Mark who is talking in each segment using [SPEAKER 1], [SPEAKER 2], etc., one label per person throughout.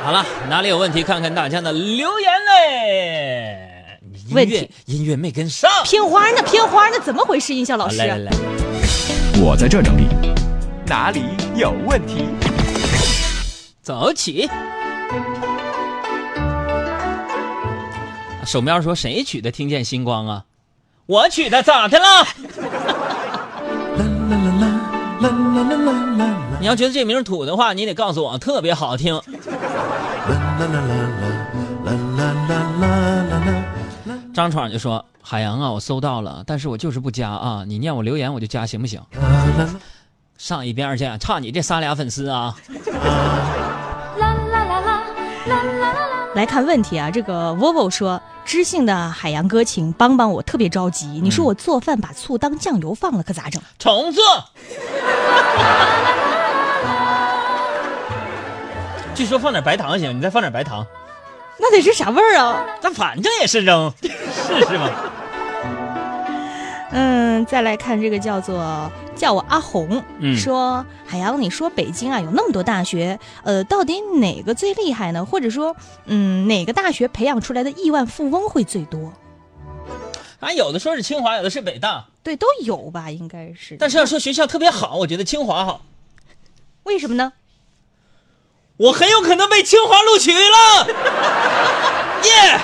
[SPEAKER 1] 好了，哪里有问题？看看大家的留言嘞。音
[SPEAKER 2] 问
[SPEAKER 1] 乐
[SPEAKER 2] 题
[SPEAKER 1] 音乐没跟上，
[SPEAKER 2] 片花呢？片花呢？怎么回事？音效老
[SPEAKER 1] 好
[SPEAKER 2] 师，
[SPEAKER 1] 来来来，
[SPEAKER 3] 我在这整理，哪里有问题？
[SPEAKER 1] 走起。手喵说：“谁取的《听见星光》啊？我取的，咋的了？
[SPEAKER 3] 啦啦啦啦啦啦啦啦啦啦
[SPEAKER 1] 你要觉得这名儿土的话，你得告诉我，特别好听。
[SPEAKER 3] 啦啦啦啦啦啦啦啦。
[SPEAKER 1] 张闯就说：“海洋啊，我搜到了，但是我就是不加啊。你念我留言，我就加，行不行？上一遍二见，差你这仨俩粉丝啊！
[SPEAKER 2] 来看问题啊。这个 Vovo 说，知性的海洋哥，请帮帮我，特别着急。你说我做饭把醋当酱油放了，可咋整？
[SPEAKER 1] 虫子。据说放点白糖行，你再放点白糖，
[SPEAKER 2] 那得是啥味儿啊？
[SPEAKER 1] 但反正也是扔，试试吧。
[SPEAKER 2] 嗯，再来看这个叫做叫我阿红，
[SPEAKER 1] 嗯
[SPEAKER 2] 说海洋，你说北京啊有那么多大学，呃，到底哪个最厉害呢？或者说，嗯，哪个大学培养出来的亿万富翁会最多？
[SPEAKER 1] 啊，有的说是清华，有的是北大，
[SPEAKER 2] 对，都有吧，应该是。
[SPEAKER 1] 但是要说学校特别好，我觉得清华好，
[SPEAKER 2] 为什么呢？
[SPEAKER 1] 我很有可能被清华录取 了。耶、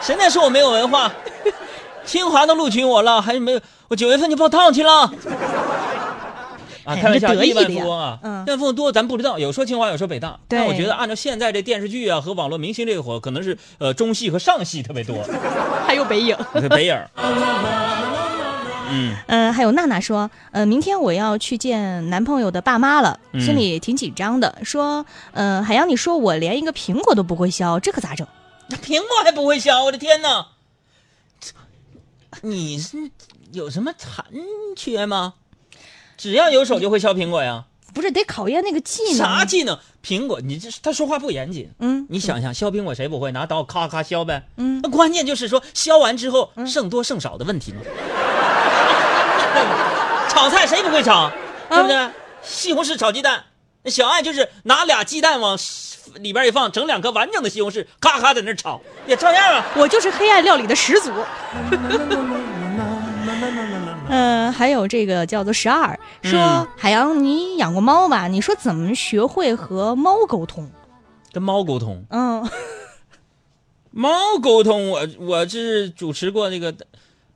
[SPEAKER 1] 谁再说我没有文化？清华都录取我了，还是没有？我九月份就报道去了。啊，
[SPEAKER 2] 哎
[SPEAKER 1] 开玩
[SPEAKER 2] 这
[SPEAKER 1] 笑，
[SPEAKER 2] 得意
[SPEAKER 1] 亿万
[SPEAKER 2] 的呀
[SPEAKER 1] 富翁啊，
[SPEAKER 2] 嗯
[SPEAKER 1] 亿万富翁多咱不知道，有说清华，有说北大。但
[SPEAKER 2] 对
[SPEAKER 1] 我觉得按照现在这电视剧啊和网络明星这一伙，可能是呃中戏和上戏特别 多，
[SPEAKER 2] 还有北影。
[SPEAKER 1] 北影儿。嗯，
[SPEAKER 2] 嗯，还有娜娜说，呃，明天我要去见男朋友的爸妈了，
[SPEAKER 1] 嗯
[SPEAKER 2] 心里挺紧张的。说，呃，海洋，你说我连一个苹果都不会削，这可咋整？
[SPEAKER 1] 那苹果还不会削，我的天哪！这你是有什么残缺吗？只要有手就会削苹果呀？
[SPEAKER 2] 不是得考验那个技能？
[SPEAKER 1] 啥？技能？苹果，你这他说话不严谨。
[SPEAKER 2] 嗯，
[SPEAKER 1] 你想想，削苹果谁不会？拿刀咔咔削呗。
[SPEAKER 2] 嗯
[SPEAKER 1] 那关键就是说削完之后剩多剩少的问题嘛。 炒菜谁不会炒？
[SPEAKER 2] 嗯
[SPEAKER 1] 对不对？西红柿炒鸡蛋，那小爱就是拿俩鸡蛋往里边一放，整两颗完整的西红柿，咔咔在那儿炒，也照样啊。
[SPEAKER 2] 我就是黑暗料理的始祖。 嗯，还有这个叫做十二说、
[SPEAKER 1] 嗯
[SPEAKER 2] 海洋，你养过猫吧？你说怎么学会和猫沟通？
[SPEAKER 1] 跟猫沟通，
[SPEAKER 2] 嗯，
[SPEAKER 1] 猫沟通，我我是主持过那个。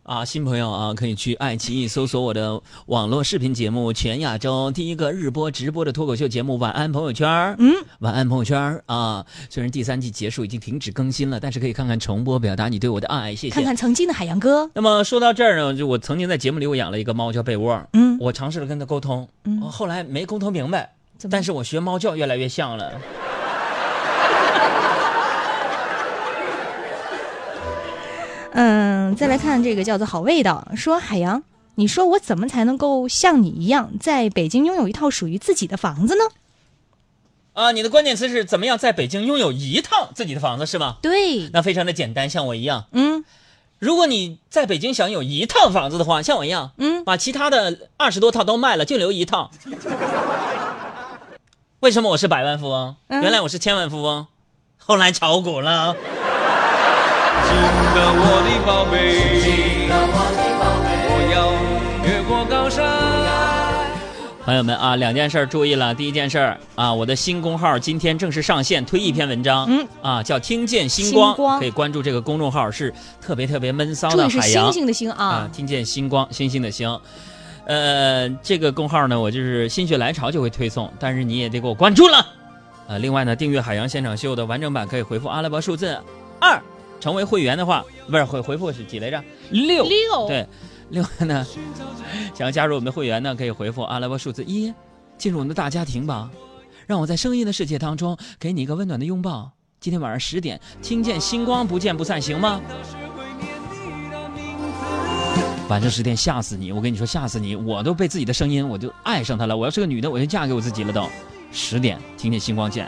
[SPEAKER 1] 啊，新朋友啊，可以去爱奇艺搜索我的网络视频节目《全亚洲第一个日播直播的脱口秀节目》，晚安朋友圈儿，嗯，晚安朋友圈儿啊。虽然第三季结束已经停止更新了，但是可以看看重播，表达你对我的爱，谢谢。
[SPEAKER 2] 看看曾经的海洋哥，
[SPEAKER 1] 那么说到这儿呢，就我曾经在节目里我养了一个猫叫被窝，
[SPEAKER 2] 嗯
[SPEAKER 1] 我尝试了跟它沟通，嗯，后来没沟通明白
[SPEAKER 2] 怎，么
[SPEAKER 1] 但是我学猫叫越来越像了。
[SPEAKER 2] 嗯，再来看这个叫做好味道说海洋，你说我怎么才能够像你一样，在北京拥有一套属于自己的房子呢？
[SPEAKER 1] 啊，你的关键词是怎么样在北京拥有一套自己的房子是吗？
[SPEAKER 2] 对，
[SPEAKER 1] 那非常的简单，像我一样。
[SPEAKER 2] 嗯
[SPEAKER 1] 如果你在北京想有一套房子的话，像我一样，
[SPEAKER 2] 嗯，
[SPEAKER 1] 把其他的二十多套都卖了，就留一套。为什么我是百万富翁？
[SPEAKER 2] 嗯
[SPEAKER 1] 原来我是千万富翁，后来炒股了。
[SPEAKER 4] 的我的宝贝，我要越过高山。
[SPEAKER 1] 朋友们啊，两件事儿注意了。第一件事儿啊，我的新公号今天正式上线，推一篇文章，
[SPEAKER 2] 嗯
[SPEAKER 1] 啊，叫“听见星光”，
[SPEAKER 2] 星光
[SPEAKER 1] 可以关注这个公众号，是特别特别闷骚
[SPEAKER 2] 注
[SPEAKER 1] 的
[SPEAKER 2] 意是
[SPEAKER 1] 海
[SPEAKER 2] 星
[SPEAKER 1] 洋。
[SPEAKER 2] 星的星
[SPEAKER 1] 啊
[SPEAKER 2] 啊，，
[SPEAKER 1] 听见星光，星星的星。呃，这个公号呢，我就是心血来潮就会推送，但是你也得给我关注了。呃，另外呢，订阅《海洋现场秀》的完整版可以回复阿拉伯数字二，成为会员的话，不是回回复是几来着？六。
[SPEAKER 2] 六
[SPEAKER 1] 对，另外呢， 想要加入我们的会员呢，可以回复阿拉伯数字一，进入我们的大家庭吧，让我在声音的世界当中给你一个温暖的拥抱。今天晚上十点，听见星光，不见不散，行吗？晚上十点吓死你！我跟你说吓死你！我都被自己的声音我就爱上他了。我要是个女的，我就嫁给我自己了都。十点，听见星光见。